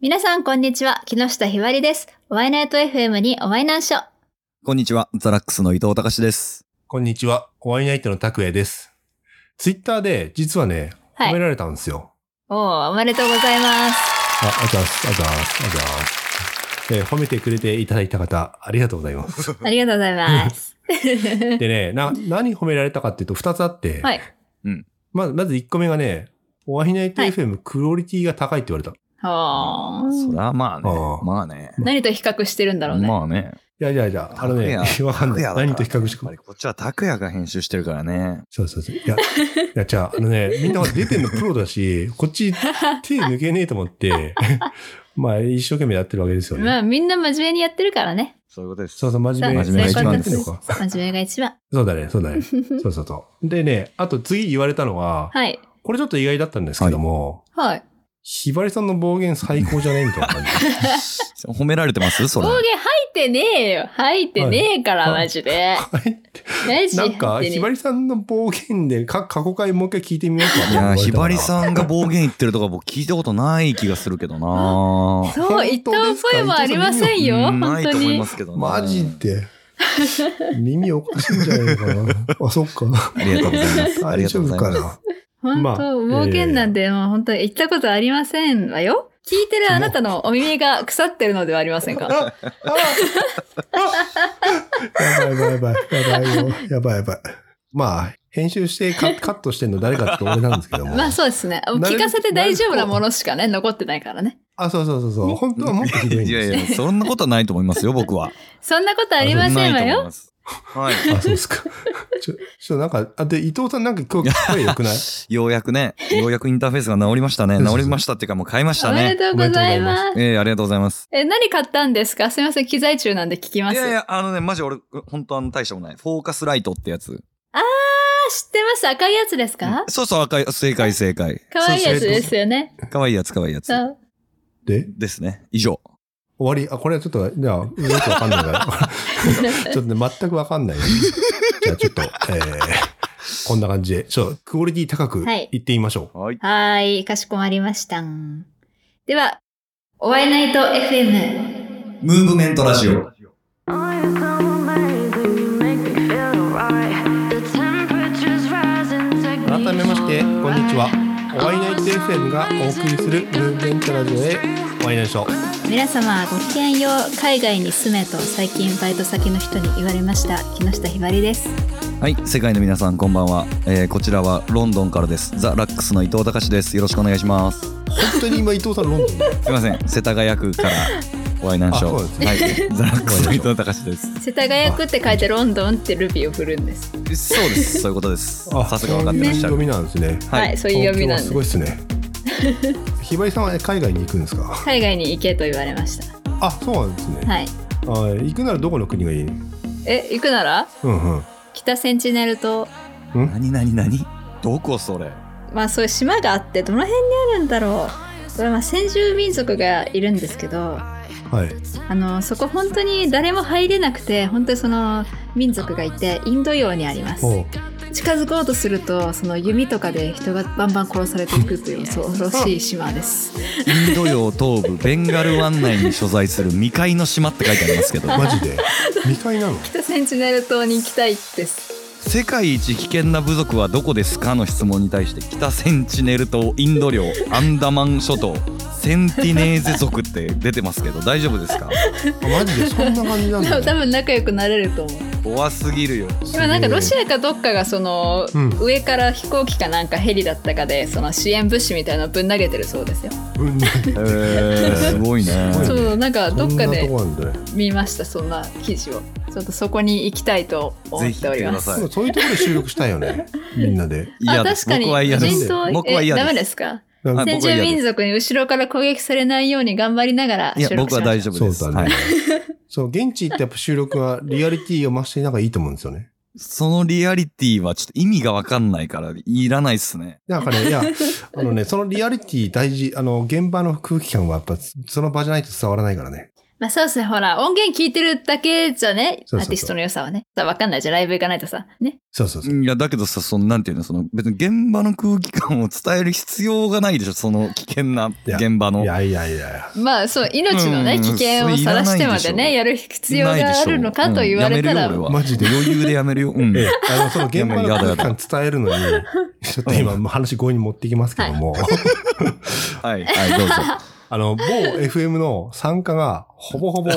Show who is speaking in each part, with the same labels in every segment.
Speaker 1: 皆さん、こんにちは。木下ひばりです。ワイナイト FM におワイナンショ。
Speaker 2: こんにちは、ザラックスの伊藤隆です。
Speaker 3: こんにちは。お会いナイトの拓也です。ツイッターで、実はね、
Speaker 1: はい
Speaker 3: 褒められたんですよ。
Speaker 1: おー、おめでとうございます。
Speaker 3: あ、あざーす、あざーす、あざーす。えー褒めてくれていただいた方、ありがとうござい ます。
Speaker 1: ありがとうございます。
Speaker 3: でね、な、何褒められたかっていうと、二つあって、
Speaker 1: はい。
Speaker 3: まず、まず一個目がね、お会いナイト
Speaker 1: はい
Speaker 3: FM クオリティが高いって言われた。い
Speaker 1: お
Speaker 2: そ
Speaker 1: ー。
Speaker 2: りゃまあね
Speaker 3: あー。
Speaker 2: まあね。
Speaker 1: 何と比較してるんだろうね。
Speaker 2: まあね。
Speaker 3: やいやいや、あのね、
Speaker 2: 拓也
Speaker 3: わかん
Speaker 2: 拓也だ
Speaker 3: ない。
Speaker 2: から
Speaker 3: 何と比較して
Speaker 2: やっぱりこっちは拓也が編集してるからね。
Speaker 3: そうそうそう。いや、いや、じゃあ、あのね、みんなが出てんのプロだし、こっち手抜けねえと思 って、まあ、一生懸命やってるわけですよね。
Speaker 1: まあ、みんな真面目にやってるからね。
Speaker 2: そういうことです。
Speaker 3: そうそう、真面目
Speaker 2: 真面目が一番です
Speaker 3: 真面目にやってんのか
Speaker 1: 真面目が一番。
Speaker 3: そうだね、そうだね。そうそうそう。でね、あと次言われたのは、
Speaker 1: はい。
Speaker 3: これちょっと意外だったんですけども、
Speaker 1: はい。
Speaker 3: ひばりさんの暴言最高じゃねみたいな感じ。
Speaker 2: 褒められてますそ
Speaker 1: 暴
Speaker 2: れ。
Speaker 1: 言吐いてねえよ。吐いてねえから、
Speaker 3: はい
Speaker 1: マジで。
Speaker 3: はい
Speaker 1: マジ
Speaker 3: な
Speaker 1: で
Speaker 3: んか、
Speaker 1: 吐いて
Speaker 3: ひば
Speaker 1: ね
Speaker 3: りさんの暴言でか過去回もう一回聞いてみようか
Speaker 2: いやー、ひばり
Speaker 3: ん。
Speaker 2: さんが暴言言ってるとか僕聞いたことない気がするけどな
Speaker 1: え。そう、言った覚えはありませんよ。
Speaker 2: うんな
Speaker 1: 本
Speaker 2: い
Speaker 1: 当
Speaker 2: と思い
Speaker 1: に
Speaker 2: ま。すけどね
Speaker 3: マジで。耳おかしいんじゃないのかな。あ、そっか。
Speaker 2: ありがとうございます。あり
Speaker 3: 大
Speaker 2: がと
Speaker 3: 丈
Speaker 2: うござ
Speaker 3: 夫
Speaker 2: います。
Speaker 3: かな。ま
Speaker 1: 本
Speaker 3: あ
Speaker 1: 当、冒険なんて、もう本当に言ったことありませんわよ。聞いてるあなたのお耳が腐ってるのではありませんか。
Speaker 3: ああやばいやばいやばい。やばいよ。やばいやばい。まあ、編集してカ カットしてんの誰かって俺なんですけども。
Speaker 1: まあそうですね。聞かせて大丈夫なものしかね、残ってないからね。
Speaker 3: あ、そうそうそうそう。本当はもっとひどいん
Speaker 2: い
Speaker 3: で
Speaker 2: や
Speaker 3: す
Speaker 2: い
Speaker 3: よ。
Speaker 2: や、そんなことはないと思いますよ、僕は。
Speaker 1: そんなことありませんわ
Speaker 2: ないと思い
Speaker 1: よ。
Speaker 2: ます。はい。
Speaker 3: あ、そうですか。ちょ、ちょ、なんか、あ、で、伊藤さんなんか今日声良くない
Speaker 2: ようやく ね、ようやくインターフェースが治りましたね。
Speaker 3: そうそうそう
Speaker 2: 治りましたっていうかもう買いまし
Speaker 1: お
Speaker 2: た
Speaker 1: め で
Speaker 2: ね。
Speaker 1: とうございま
Speaker 3: お
Speaker 1: す。
Speaker 2: ええ、ありがとうございます。
Speaker 1: え、何買ったんですかすいません、機材中なんで聞きま
Speaker 2: い
Speaker 1: す。
Speaker 2: やいや、あのね、マジ俺、本当あの、大したことない。フォーカスライトってやつ。
Speaker 1: あ、知ってます。赤いやつですか
Speaker 2: そうそう、赤い、正解正解。
Speaker 1: 可愛いやつですよね。
Speaker 2: かわいいやつ、かわいいやつ
Speaker 1: そ。う。
Speaker 3: で、
Speaker 2: ですね。以上。
Speaker 3: 終わり。あ、これはちょっと、じゃあ、よくわかんな いから。ちょっとね、全くわかんない。じゃあ、ちょっと、えー、こんな感じで、ちょっと、クオリティ高く
Speaker 1: はい
Speaker 3: いってみましょう。
Speaker 2: はい。
Speaker 1: はーい、かしこまりました。では、お会いナイト FM。
Speaker 2: ムーブメントラジオ。
Speaker 4: Oh, you're so amazing. You make me feel alright. The temperature's rising. Take me
Speaker 3: 改めまして、こんにちはお
Speaker 4: for a ride.。
Speaker 3: ワイナイト FM がお送りするムーブメントラジオへお会いナイト。
Speaker 1: 皆様ごきげんよう海外に住めと最近バイト先の人に言われました木下ひばりです
Speaker 2: はい、世界の皆さん、こんばんは。えー、こちらはロンドンからです。ザ・ラックスの伊藤隆です。よろしくお願いします。す
Speaker 3: 本当に今、伊藤さんロンドンだよ
Speaker 2: いません、世田谷区 から。お会いなんしょ
Speaker 3: あ
Speaker 2: う。
Speaker 3: そうですね
Speaker 2: はい、ザラックスの伊藤隆です。
Speaker 1: 世田谷区って書いてロンドンってルビーを振るんです
Speaker 2: そうです、そういうことです。
Speaker 3: あ
Speaker 2: さすが分かってらっしゃ
Speaker 3: そうい
Speaker 2: る。
Speaker 3: う読みなんですね。
Speaker 1: はい、そういう読みなん
Speaker 3: 東京はす
Speaker 1: で
Speaker 3: ごいっすね。ひばりさんは海外に行くんですか
Speaker 1: 海外に行けと言われました
Speaker 3: あ、そうなんですね。
Speaker 1: はい
Speaker 3: あ行くならどこの国がいいうん
Speaker 1: え行くなら
Speaker 3: うん。
Speaker 1: 北センチネル島
Speaker 2: 何何何どこそれ
Speaker 1: まあそういう島があってどの辺にあるんだろうこれまあ先住民族がいるんですけど
Speaker 3: はい。
Speaker 1: あのそこ本当に誰も入れなくて本当にその民族がいてインド洋にあります
Speaker 3: おう
Speaker 1: 近づこうとするとその弓とかで人がバンバン殺されていくという恐ろしい島です。
Speaker 2: インド洋東部ベンガル湾内に所在する未開の島って書いてありますけど
Speaker 3: マジ で未開なの
Speaker 1: 北センチネル島に行きたいです。
Speaker 2: 世界一危険な部族はどこですかの質問に対して北センチネル島インド領アンダマン諸島センティネーゼ族って出てますけど大丈夫ですか
Speaker 3: あマジでそんな感じなんだ、
Speaker 1: 多
Speaker 3: ね、
Speaker 1: 分仲良くなれると思う。
Speaker 2: 怖すぎるよ
Speaker 1: 今なんかロシアかどっかがその、
Speaker 3: うん
Speaker 1: 上から飛行機かなんかヘリだったかでその支援物資みたいなのぶん投げてるそうですよ。
Speaker 3: う
Speaker 2: え
Speaker 3: ん
Speaker 2: ー、すごいね
Speaker 3: すごいね
Speaker 1: そうなんかどっか
Speaker 3: そんなと
Speaker 1: で
Speaker 3: こなんだね
Speaker 1: 見ましたそんな記事を。ちょっとそこに行きたいと思っておりま
Speaker 2: ぜひ行ってくだ
Speaker 1: す。
Speaker 2: さい
Speaker 3: そうそういうところで収録したいよ ねみんなで
Speaker 2: 嫌
Speaker 1: あ
Speaker 2: で
Speaker 1: 確
Speaker 2: す
Speaker 1: かに
Speaker 2: 僕は嫌で
Speaker 1: 人
Speaker 2: す
Speaker 1: 道
Speaker 2: 僕は
Speaker 1: え
Speaker 2: 嫌
Speaker 1: ダメ
Speaker 2: で
Speaker 1: ですすか。
Speaker 3: なんか
Speaker 2: はい
Speaker 1: 先
Speaker 2: 僕は
Speaker 1: 住
Speaker 2: 嫌です
Speaker 1: 民族に後ろから攻撃されないように頑張りながら
Speaker 2: いや
Speaker 1: 収録
Speaker 2: 僕は
Speaker 1: しま
Speaker 2: 大
Speaker 1: し
Speaker 2: 丈夫
Speaker 3: そ
Speaker 2: で
Speaker 3: う
Speaker 2: す
Speaker 3: だね、
Speaker 2: はい、
Speaker 3: そう現地行ってやっぱ収録はリアリティを増してなんかいいと思うんですよね
Speaker 2: そのリアリティはちょっと意味が分かんないからいらないっすね
Speaker 3: なんかねいやあのねそのリアリティ大事あの現場の空気感はやっぱその場じゃないと伝わらないからね
Speaker 1: まあそうですね、ほら、音源聞いてるだけじゃね、
Speaker 3: そうそうそう
Speaker 1: アーティストの良さはね。さわかんないじゃん、ライブ行かないとさ。ね。
Speaker 3: そうそうそう。
Speaker 2: いやだけどさそのなんていうのその別に現場の空気感を伝える必要がないでしょその危険ない
Speaker 3: や
Speaker 2: 現場の
Speaker 3: いやいやいや。
Speaker 1: まあそう、命のね、
Speaker 2: うん
Speaker 1: 危険をさらしてまで
Speaker 2: それ
Speaker 1: ね、
Speaker 2: い
Speaker 1: やる必要があるのかと言われたら、
Speaker 2: ないでしょうんやめるよ俺は
Speaker 3: マジで
Speaker 2: 余裕でやめるよ、うん
Speaker 3: ええ、あの、その現場
Speaker 2: い
Speaker 3: の
Speaker 2: やもう
Speaker 3: 空
Speaker 2: や
Speaker 3: 気
Speaker 2: だや
Speaker 3: 感伝えるのに、ちょっと今、話強引に持ってきますけども、
Speaker 2: はいはいどうぞ
Speaker 3: あの、某 FM の参加がほぼほぼ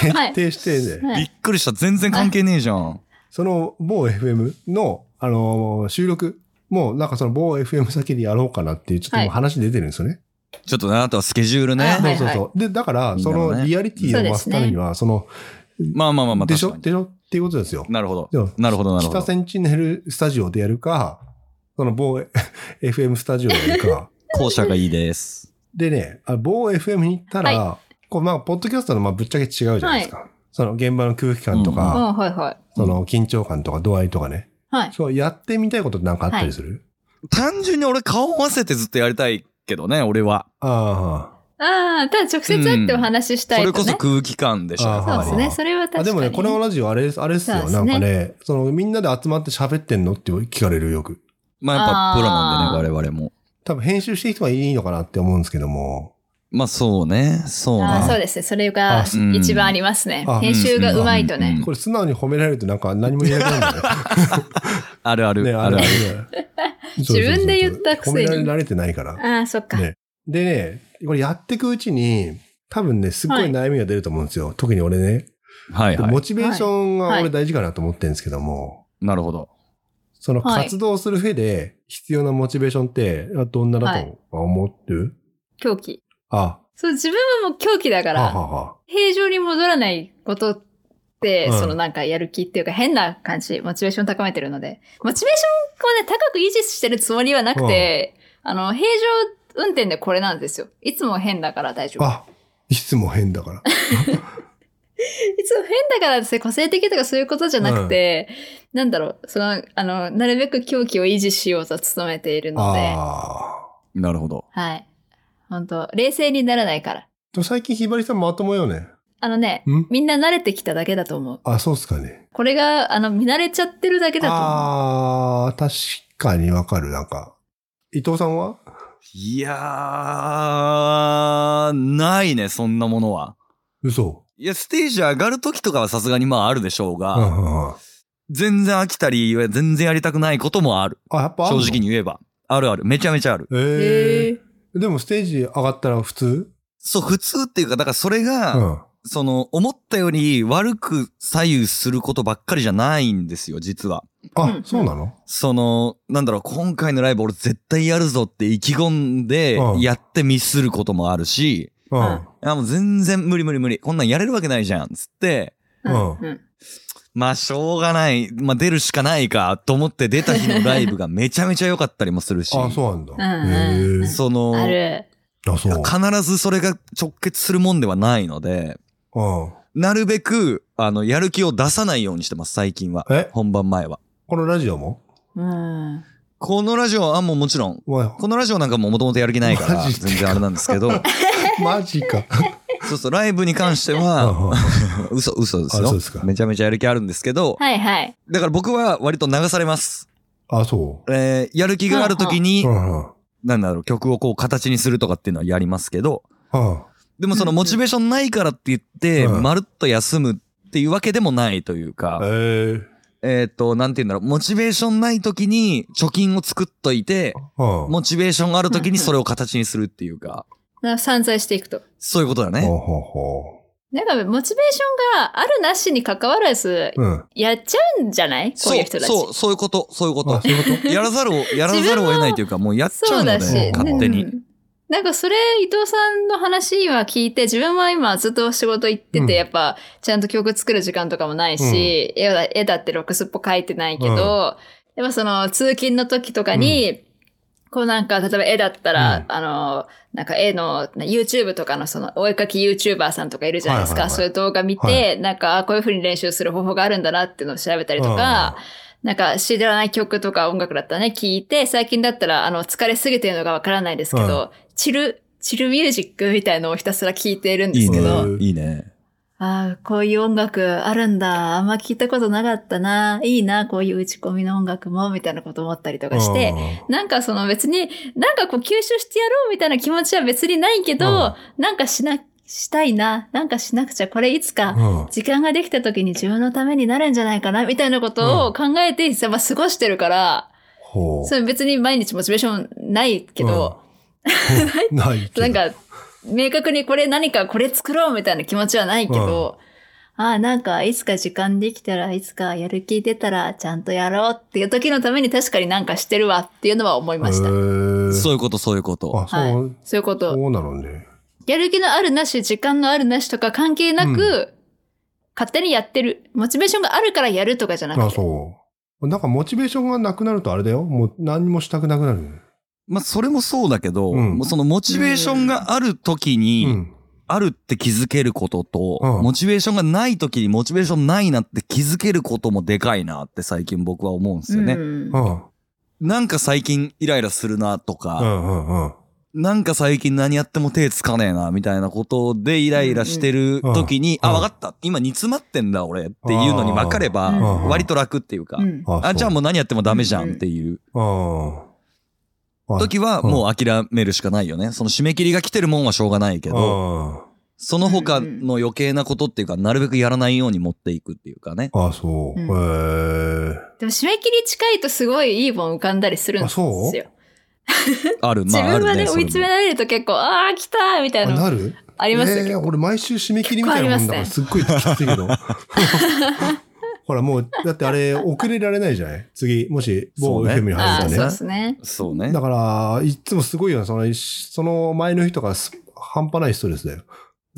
Speaker 3: 決定してね、
Speaker 1: はい
Speaker 2: びっくりした全然関係ねえじゃん
Speaker 3: その某 FM の、あのー収録も、なんかその某 FM 先でやろうかなっていう、ちょっと
Speaker 1: はい
Speaker 3: 今話出てるんですよね。
Speaker 2: ちょっとねあなたはスケジュールね、
Speaker 1: あはい
Speaker 3: そうそうそう。で、だから、そ
Speaker 2: みんなの
Speaker 3: の
Speaker 2: ね
Speaker 3: リアリティを増すためには、その、
Speaker 2: まあまあまあまあ
Speaker 3: でし
Speaker 2: 確
Speaker 3: ょ
Speaker 2: かに
Speaker 3: でしょっていうことですよ。
Speaker 2: なるほど
Speaker 3: でも
Speaker 2: なるほどなるほ
Speaker 3: 北
Speaker 2: ど
Speaker 3: センチネルスタジオでやるか、その某 FM スタジオでや るか、
Speaker 2: 校舎がいいです
Speaker 3: でね、あ某 FM に行ったら、こう、まあ、ポッドキャストの、まあ、ぶっちゃけ違うじゃないですか。その現場の空気感と
Speaker 1: う
Speaker 3: か、
Speaker 1: ん、はいはい。
Speaker 3: その緊張感とか度合いとかね。
Speaker 1: はい。
Speaker 3: そう、やってみたいことってなんかあったりする、
Speaker 2: 単純に俺顔合わせてずっとやりたいけどね俺は
Speaker 3: あ
Speaker 1: ああ、ただ直接会ってお話しした
Speaker 2: そ
Speaker 1: い
Speaker 2: れ
Speaker 1: と
Speaker 2: こ
Speaker 1: ね
Speaker 2: そ。空気感でし
Speaker 3: あ
Speaker 2: ょ
Speaker 3: ー
Speaker 1: そうです
Speaker 3: は
Speaker 1: ね、
Speaker 3: い
Speaker 1: それは確
Speaker 3: あ。
Speaker 1: か
Speaker 3: あ、
Speaker 1: に。
Speaker 3: でもね、このラジオあれです、あれですよ。
Speaker 1: そうです
Speaker 3: な
Speaker 1: ね
Speaker 3: んかね、その、みんなで集まって喋ってんのって聞かれるよく。
Speaker 2: まあやっぱプロなんでね
Speaker 1: あ
Speaker 2: 我々も
Speaker 3: 多分編集してる人はいいのかなって思うんですけども。
Speaker 2: まあそうねそう
Speaker 1: あ
Speaker 2: ね
Speaker 1: ーそうですね、それ
Speaker 3: あ
Speaker 1: が
Speaker 3: そう
Speaker 1: 一番ありますね
Speaker 3: あ。
Speaker 1: 編集がうまいと
Speaker 2: うんうん
Speaker 1: ね。
Speaker 3: これ素直に褒められるとなんか何も言えなくなるんだよね。
Speaker 2: あるある、
Speaker 3: ね、
Speaker 2: あるある
Speaker 3: ね。そうそうそう
Speaker 1: 自分で言ったくせに
Speaker 3: 褒められてないから。
Speaker 1: ああ、そっか。
Speaker 3: ねでね、これやっていくうちに、多分ね、すっごい
Speaker 1: はい
Speaker 3: 悩みが出ると思うんですよ。特に俺ね。
Speaker 2: はいは
Speaker 3: モチベーションが
Speaker 1: はい
Speaker 3: 俺大事かなと思ってるんですけども、
Speaker 2: いなるほど
Speaker 3: その
Speaker 1: はい
Speaker 3: 活動する上で必要なモチベーションって、どんなだと思ってる、
Speaker 1: 狂気。
Speaker 3: あ、
Speaker 1: そう、自分はもう狂気だか
Speaker 3: はあ
Speaker 1: ら、
Speaker 3: はあは
Speaker 1: 平常に戻らないことって、
Speaker 3: うん
Speaker 1: そのなんかやる気っていうか変な感じ、モチベーション高めてるので、モチベーションをね、高く維持してるつもりはなくて、あの、平常運転でこれなんですよ。いつも変だから大丈夫。
Speaker 3: あ。あ、いつも変だから。
Speaker 1: いつも変だからですね、個性的とかそういうことじゃなくて、なんだろう、その、あの、なるべく狂気を維持しようと努めているので、
Speaker 3: ああ。
Speaker 2: なるほど
Speaker 1: はい。本当冷静にならないから。
Speaker 3: でも最近ひばりさんまともよね。
Speaker 1: あのね、
Speaker 3: ん
Speaker 1: みんな慣れてきただけだと思う。
Speaker 3: あ、そうっすかね。
Speaker 1: これが、あの、見慣れちゃってるだけだと思う。
Speaker 3: ああ、確かにわかる。なんか。伊藤さんはい
Speaker 2: やーないねそんなものは
Speaker 3: 嘘。
Speaker 2: いやステージ上がる時とかはさすがにまああるでしょう
Speaker 3: うんう
Speaker 2: が、
Speaker 3: んうん
Speaker 2: 全然飽きたり全然やりたくないこともある
Speaker 3: あ、やっぱあん
Speaker 2: 正
Speaker 3: の
Speaker 2: 直。に言えばあるあるめちゃめちゃある
Speaker 3: ええでもステージ上がったら普通
Speaker 2: そう普通っていうかだからそれが、
Speaker 3: うん。
Speaker 2: その思ったより悪く左右することばっかりじゃないんですよ実は
Speaker 3: あ
Speaker 1: う、ん
Speaker 3: そうなの
Speaker 2: そのなんだろう今回のライブ俺絶対やるぞって意気込んで
Speaker 3: うん
Speaker 2: やってミスることもあるし、
Speaker 3: う
Speaker 1: は
Speaker 3: ん。
Speaker 2: あもう全然無理無理無理こんなんやれるわけないじゃんつって
Speaker 3: うん
Speaker 1: うん。
Speaker 2: まあしょうがない、まあ、出るしかないかと思って出た日のライブがめちゃめちゃ良かったりもするし
Speaker 3: あ、そうなんだ。
Speaker 1: うん
Speaker 3: へえ。
Speaker 2: その
Speaker 1: ある。
Speaker 3: あ、そう。
Speaker 2: 必ずそれが直結するもんではないので
Speaker 3: うん。
Speaker 2: なるべくあのやる気を出さないようにしてます最近は
Speaker 3: え
Speaker 2: 本番前は。
Speaker 3: このラジオも
Speaker 1: うん。
Speaker 2: このラジオはあもうもちろん
Speaker 3: わ
Speaker 2: このラジオなんかももともとやる気ないから
Speaker 3: マジで
Speaker 2: 全然あれなんですけど
Speaker 3: マ ジか。
Speaker 2: そうそうライブに関して
Speaker 3: うん
Speaker 2: は
Speaker 3: うん
Speaker 2: 嘘嘘です
Speaker 3: あ
Speaker 2: よ
Speaker 3: そうですか
Speaker 2: めちゃめちゃやる気あるんですけど
Speaker 1: はいはい。
Speaker 2: だから僕は割と流されます、
Speaker 3: あ、そ
Speaker 2: えー、やる気がある時に
Speaker 3: う。うんうん。
Speaker 2: なんだろう曲をこう形にするとかっていうのはやりますけど
Speaker 3: うん。
Speaker 2: でもそのモチベーションないからって言って
Speaker 3: うん
Speaker 2: まるっと休むっていうわけでもないというか
Speaker 3: ええ。
Speaker 2: えっとなんて言うんだろうモチベーションない時に貯金を作っといて
Speaker 3: うん。
Speaker 2: モチベーションがある時にそれを形にするっていうか
Speaker 1: な散財していくと。
Speaker 2: そういうことだね
Speaker 3: ほうほうほ
Speaker 1: なんか、モチベーションがあるなしに関わらず、
Speaker 3: う。うん。
Speaker 1: やっちゃうんじゃないこういう人たち。
Speaker 2: そうそうそういうことそういうこ
Speaker 3: あ、
Speaker 2: と
Speaker 3: そういうこ
Speaker 2: やらざるをやらざるを得ないというかもうやっちゃ
Speaker 1: そうう
Speaker 2: の
Speaker 1: だ
Speaker 2: で、
Speaker 1: し、
Speaker 3: ね
Speaker 2: 勝手に、
Speaker 1: うんなんかそれ、伊藤さんの話は聞いて、自分は今ずっと仕事行ってて、
Speaker 3: うん
Speaker 1: やっぱ、ちゃんと曲作る時間とかもないし、絵だ絵だってロックスっぽ描いてないけど、やっぱその、通勤の時とかに、こうなんか、例えば絵だったら、
Speaker 3: うん
Speaker 1: あの、なんか絵の、な YouTube とかのその、お絵描き YouTuber さんとかいるじゃないですか。
Speaker 3: はいは
Speaker 1: そ
Speaker 3: いはい
Speaker 1: ういう動画見て、
Speaker 3: は
Speaker 1: なんか、あこういう風に練習する方法があるんだなっていうのを調べたり
Speaker 3: と
Speaker 1: とか、なんか知らない曲とか音楽だったらね、聞いて、最近だったら、あの、疲れすぎてるのがわからないですけど、チル、チルミュージックみたいのをひたすら聞いているんで
Speaker 2: いい
Speaker 1: すけ
Speaker 2: ね
Speaker 1: ど、
Speaker 3: うん
Speaker 2: いいね
Speaker 1: ああ、こういう音楽あるんだ。あんま聞いたことなかったな。いいな、こういう打ち込みの音楽も、みたいなこと思ったりとかして、なんかその別に、なんかこう吸収してやろうみたいな気持ちは別にないけど、なんかしな、したいな、なんかしなくちゃ、これいつ
Speaker 3: う
Speaker 1: か、
Speaker 3: ん、うん
Speaker 1: 時間ができた時に自分のためになるんじゃないかな、みたいなことを考えて、やっぱ過ごしてるから、
Speaker 3: ほう
Speaker 1: それ別に毎日モチベーションないけど、
Speaker 3: うんないけど
Speaker 1: なんか、明確にこれ何かこれ作ろうみたいな気持ちはないけど、ああ、なんか、いつか時間できたら、いつかやる気出たら、ちゃんとやろうっていう時のために確かになんかしてるわっていうのは思いました。
Speaker 3: へー
Speaker 2: そういうこと、そういうこと。
Speaker 3: あ、そう、
Speaker 1: はそういうこと。
Speaker 3: そうなのね。
Speaker 1: やる気のあるなし、時間のあるなしとか関係なく、
Speaker 3: う
Speaker 1: 勝手にやってる。モチベーションがあるからやるとかじゃな
Speaker 3: あ、
Speaker 1: くて。
Speaker 3: そう。なんかモチベーションがなくなるとあれだよ。もう何もしたくなくなる。
Speaker 2: まあ、それもそうだけど、
Speaker 3: うん
Speaker 2: もうそのモチベーションがある時に、
Speaker 3: うん。
Speaker 2: あるって気づけることと、
Speaker 3: うん
Speaker 2: モチベーションがない時にモチベーションないなって気づけることもでかいなって最近僕は思うんですよね。
Speaker 1: ん
Speaker 3: う。ん。
Speaker 2: なんか最近イライラするなと
Speaker 3: う
Speaker 2: か、
Speaker 3: んうんうん。
Speaker 2: なんか最近何やっても手つかねえなみたいなことでイライラしてる時に、
Speaker 3: うんうん
Speaker 2: あ、わかった。今煮詰まってんだ俺っていうのに分かれば
Speaker 1: うん、
Speaker 2: 割と楽っていうか、
Speaker 1: うん
Speaker 3: あ
Speaker 2: あ、じゃあもう何やってもダメじゃ
Speaker 1: うん
Speaker 2: んっていう
Speaker 3: うん。あ
Speaker 2: 時は
Speaker 3: うん
Speaker 2: もう諦めるしかないよね。その締め切りが来てるもんはしょうがないけど、その他の余計なことっていうか、なるべくやらないように持っていくっていうかね。
Speaker 3: うんあ、そう。
Speaker 1: うん
Speaker 3: へー
Speaker 1: でも締め切り近いとすごいいいもん浮かんだりするんです
Speaker 3: あ
Speaker 1: よ
Speaker 3: そ。
Speaker 2: ある、
Speaker 1: 自
Speaker 2: まああ
Speaker 1: 分
Speaker 2: る
Speaker 1: ま
Speaker 2: ね。
Speaker 1: で追い詰められると結構、ああ、来たーみたい
Speaker 3: あ
Speaker 1: なの
Speaker 3: なる
Speaker 1: ありますよ、
Speaker 3: えー俺毎週締め切りみたいなもんだからすっごいきついけど。 ほらもう、だってあれ遅れられないじゃない次、もし某
Speaker 2: そうね
Speaker 3: FM に
Speaker 1: ああ、
Speaker 3: 入る
Speaker 1: そう
Speaker 3: とね
Speaker 1: で。すね。
Speaker 2: そうね
Speaker 3: だ。から、いっつもすごいよね。その、その前の日とかす、半端ないストレスだよ。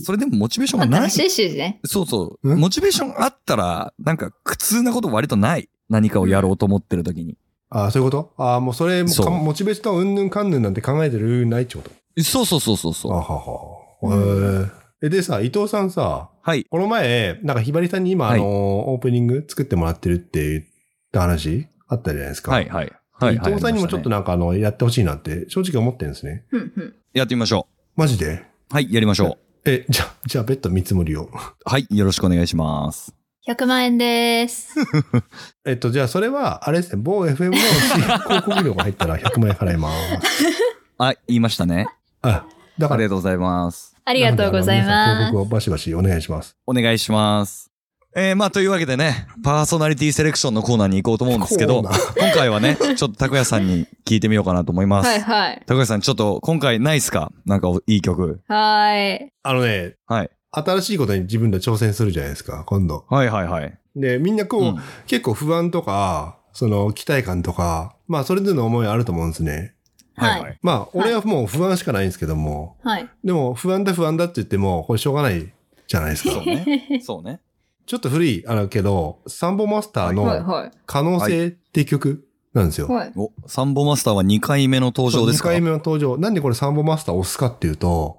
Speaker 2: それでもモチベーション
Speaker 1: まあ
Speaker 2: がない
Speaker 1: 楽し。いしね。
Speaker 2: そうそう。
Speaker 3: ん
Speaker 2: モチベーションあったら、なんか苦痛なこと割とない。何かをやろうと思ってる時に。
Speaker 3: ああ、そういうことああ、もうそれも
Speaker 2: そう
Speaker 3: か、モチベーションうんぬんかんぬんなんて考えてる余裕ないってこと
Speaker 2: そうそうそうそうそう。
Speaker 3: あはは。へえ。えでさ、伊藤さんさ、
Speaker 2: はい。
Speaker 3: この前、なんかひばりさんに今、
Speaker 2: はい
Speaker 3: あの、オープニング作ってもらってるって言った話あったじゃないですか。
Speaker 2: はいはい。はい。
Speaker 3: 伊藤さんにもちょっと
Speaker 2: はい
Speaker 3: なんかあの、やってほしいなって、正直思ってるんですね。
Speaker 1: うんうん。
Speaker 2: やってみましょ
Speaker 3: マジで
Speaker 2: う。はい、やりましょ
Speaker 3: え、じゃあ、じゃあ、ベッド見積もりを。
Speaker 2: う。はい、よろしくお願いします。
Speaker 1: 100万円です。
Speaker 3: えっと、じゃあ、それは、あれですね、某 FM の広告料が入ったら100万円払います。
Speaker 2: あ、言いましたね。
Speaker 3: あ、だ
Speaker 2: あ
Speaker 3: か
Speaker 2: りが、
Speaker 3: ら
Speaker 2: とうございます。
Speaker 1: ありがとうござい
Speaker 3: なのであの皆さん広
Speaker 1: ま。
Speaker 3: 告をバシバシお願いします。
Speaker 2: お願いします。えー、まあ、というわけでね、パーソナリティセレクションのコーナーに行こうと思うんですけど、
Speaker 3: コ
Speaker 2: 今
Speaker 3: ーナ
Speaker 2: 回はね、ちょっと拓也さんに聞いてみようかなと思いますす。
Speaker 1: はいはい。
Speaker 2: 拓也さん、ちょっと今回ないっすかなんかおいい曲。
Speaker 1: はーい。
Speaker 3: あのね、
Speaker 2: はい。
Speaker 3: 新しいことに自分で挑戦するじゃないですか、今度。
Speaker 2: はいはいはい。
Speaker 3: で、みんなこう、
Speaker 2: うん
Speaker 3: 結構不安とか、その期待感とか、まあそれぞれの思いあると思うんですね。
Speaker 1: はい
Speaker 2: はい。
Speaker 3: まあ俺はもう不安しかないんですけども、
Speaker 1: はい。
Speaker 3: でも不安だ不安だって言っても、これしょうがないじゃないです
Speaker 2: そう
Speaker 3: か。
Speaker 2: ね。そうね。
Speaker 3: ちょっと古い、あのけど、サンボマスター
Speaker 1: はい
Speaker 3: の
Speaker 1: は
Speaker 3: 可能性って曲なんですよ。
Speaker 1: い。はい。
Speaker 2: お、サンボマスターは2回目の登場です
Speaker 3: 2
Speaker 2: か
Speaker 3: 回目の登場。なんでこれサンボマスターを押すかっていうと、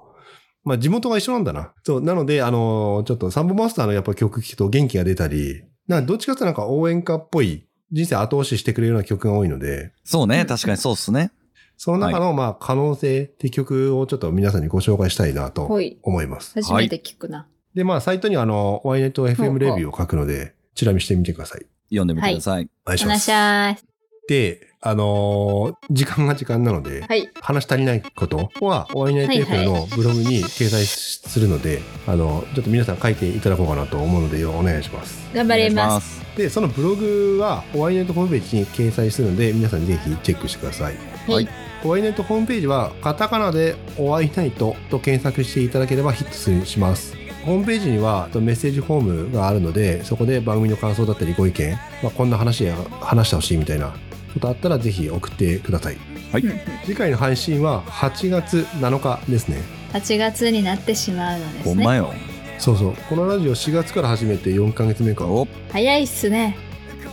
Speaker 3: まあ地元が一緒なんだな。そう、なので、あのーちょっとサンボマスターのやっぱ曲聴くと元気が出たり、なんかどっちかっていうとなんか応援歌っぽい、人生後押ししてくれるような曲が多いので、
Speaker 2: そう
Speaker 1: う
Speaker 2: ね。
Speaker 1: ん
Speaker 2: 確かにそうっすね。
Speaker 3: その中のまあ可能性って曲をちょっと皆さんにご紹介したいなと
Speaker 1: ほい。
Speaker 3: 思います。
Speaker 1: 初めて聞くな。
Speaker 3: で、まあサイトにはあの、ワイネット FM レビューを書くので、チラ見してみてください。
Speaker 2: 読んでみてください。
Speaker 3: お願いしま
Speaker 1: 話し
Speaker 3: す。
Speaker 1: ゃーい。
Speaker 3: で、あのー時間が時間なので、
Speaker 1: はい。
Speaker 3: 話し足りないことは、ワイナイト
Speaker 1: はい
Speaker 3: FM
Speaker 1: は
Speaker 3: のブログに掲載するので、あの、ちょっと皆さん書いていただこうかなと思うので、お願いします。
Speaker 1: 頑張ります。
Speaker 2: す。
Speaker 3: で、そのブログは、ワイナイトホームページに掲載するので、皆さんぜひチェックしてください。
Speaker 2: はい
Speaker 3: ワイナイトホームページは、カタカナで、ワイナイトと検索していただければヒットします。ホームページにはあとメッセージフォームがあるので、そこで番組の感想だったりご意見、まあ、こんな話や話してほしいみたいなことあったらぜひ送ってください。
Speaker 2: はい
Speaker 1: うんうん
Speaker 3: 次回の配信は8月7日ですね
Speaker 1: 8月になってしまうので
Speaker 2: ほ
Speaker 1: す
Speaker 2: んま
Speaker 1: ね。
Speaker 2: よ。
Speaker 3: そうそうこのラジオ4月から始めて4ヶ月目か
Speaker 2: お、
Speaker 1: 早いっすね。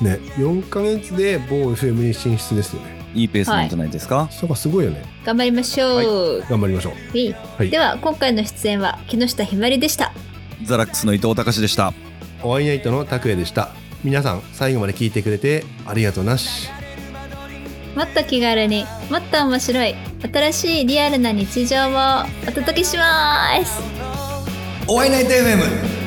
Speaker 3: ね4ヶ月で某 FM に進出ですよね
Speaker 2: いいペースなんじゃないですか
Speaker 3: そこすごいよね
Speaker 1: 頑張りましょう。
Speaker 3: 頑張りましょう
Speaker 1: いい
Speaker 3: はい
Speaker 1: では、今回の出演は木下ひまりでした。
Speaker 2: ザラックスの伊藤隆でした。
Speaker 3: おワイナイトの拓也でした皆さん最後まで聞いてくれてありがとうなし
Speaker 1: もっと気軽に、もっと面白い、新しいリアルな日常をお届けします。
Speaker 2: お会いない FM!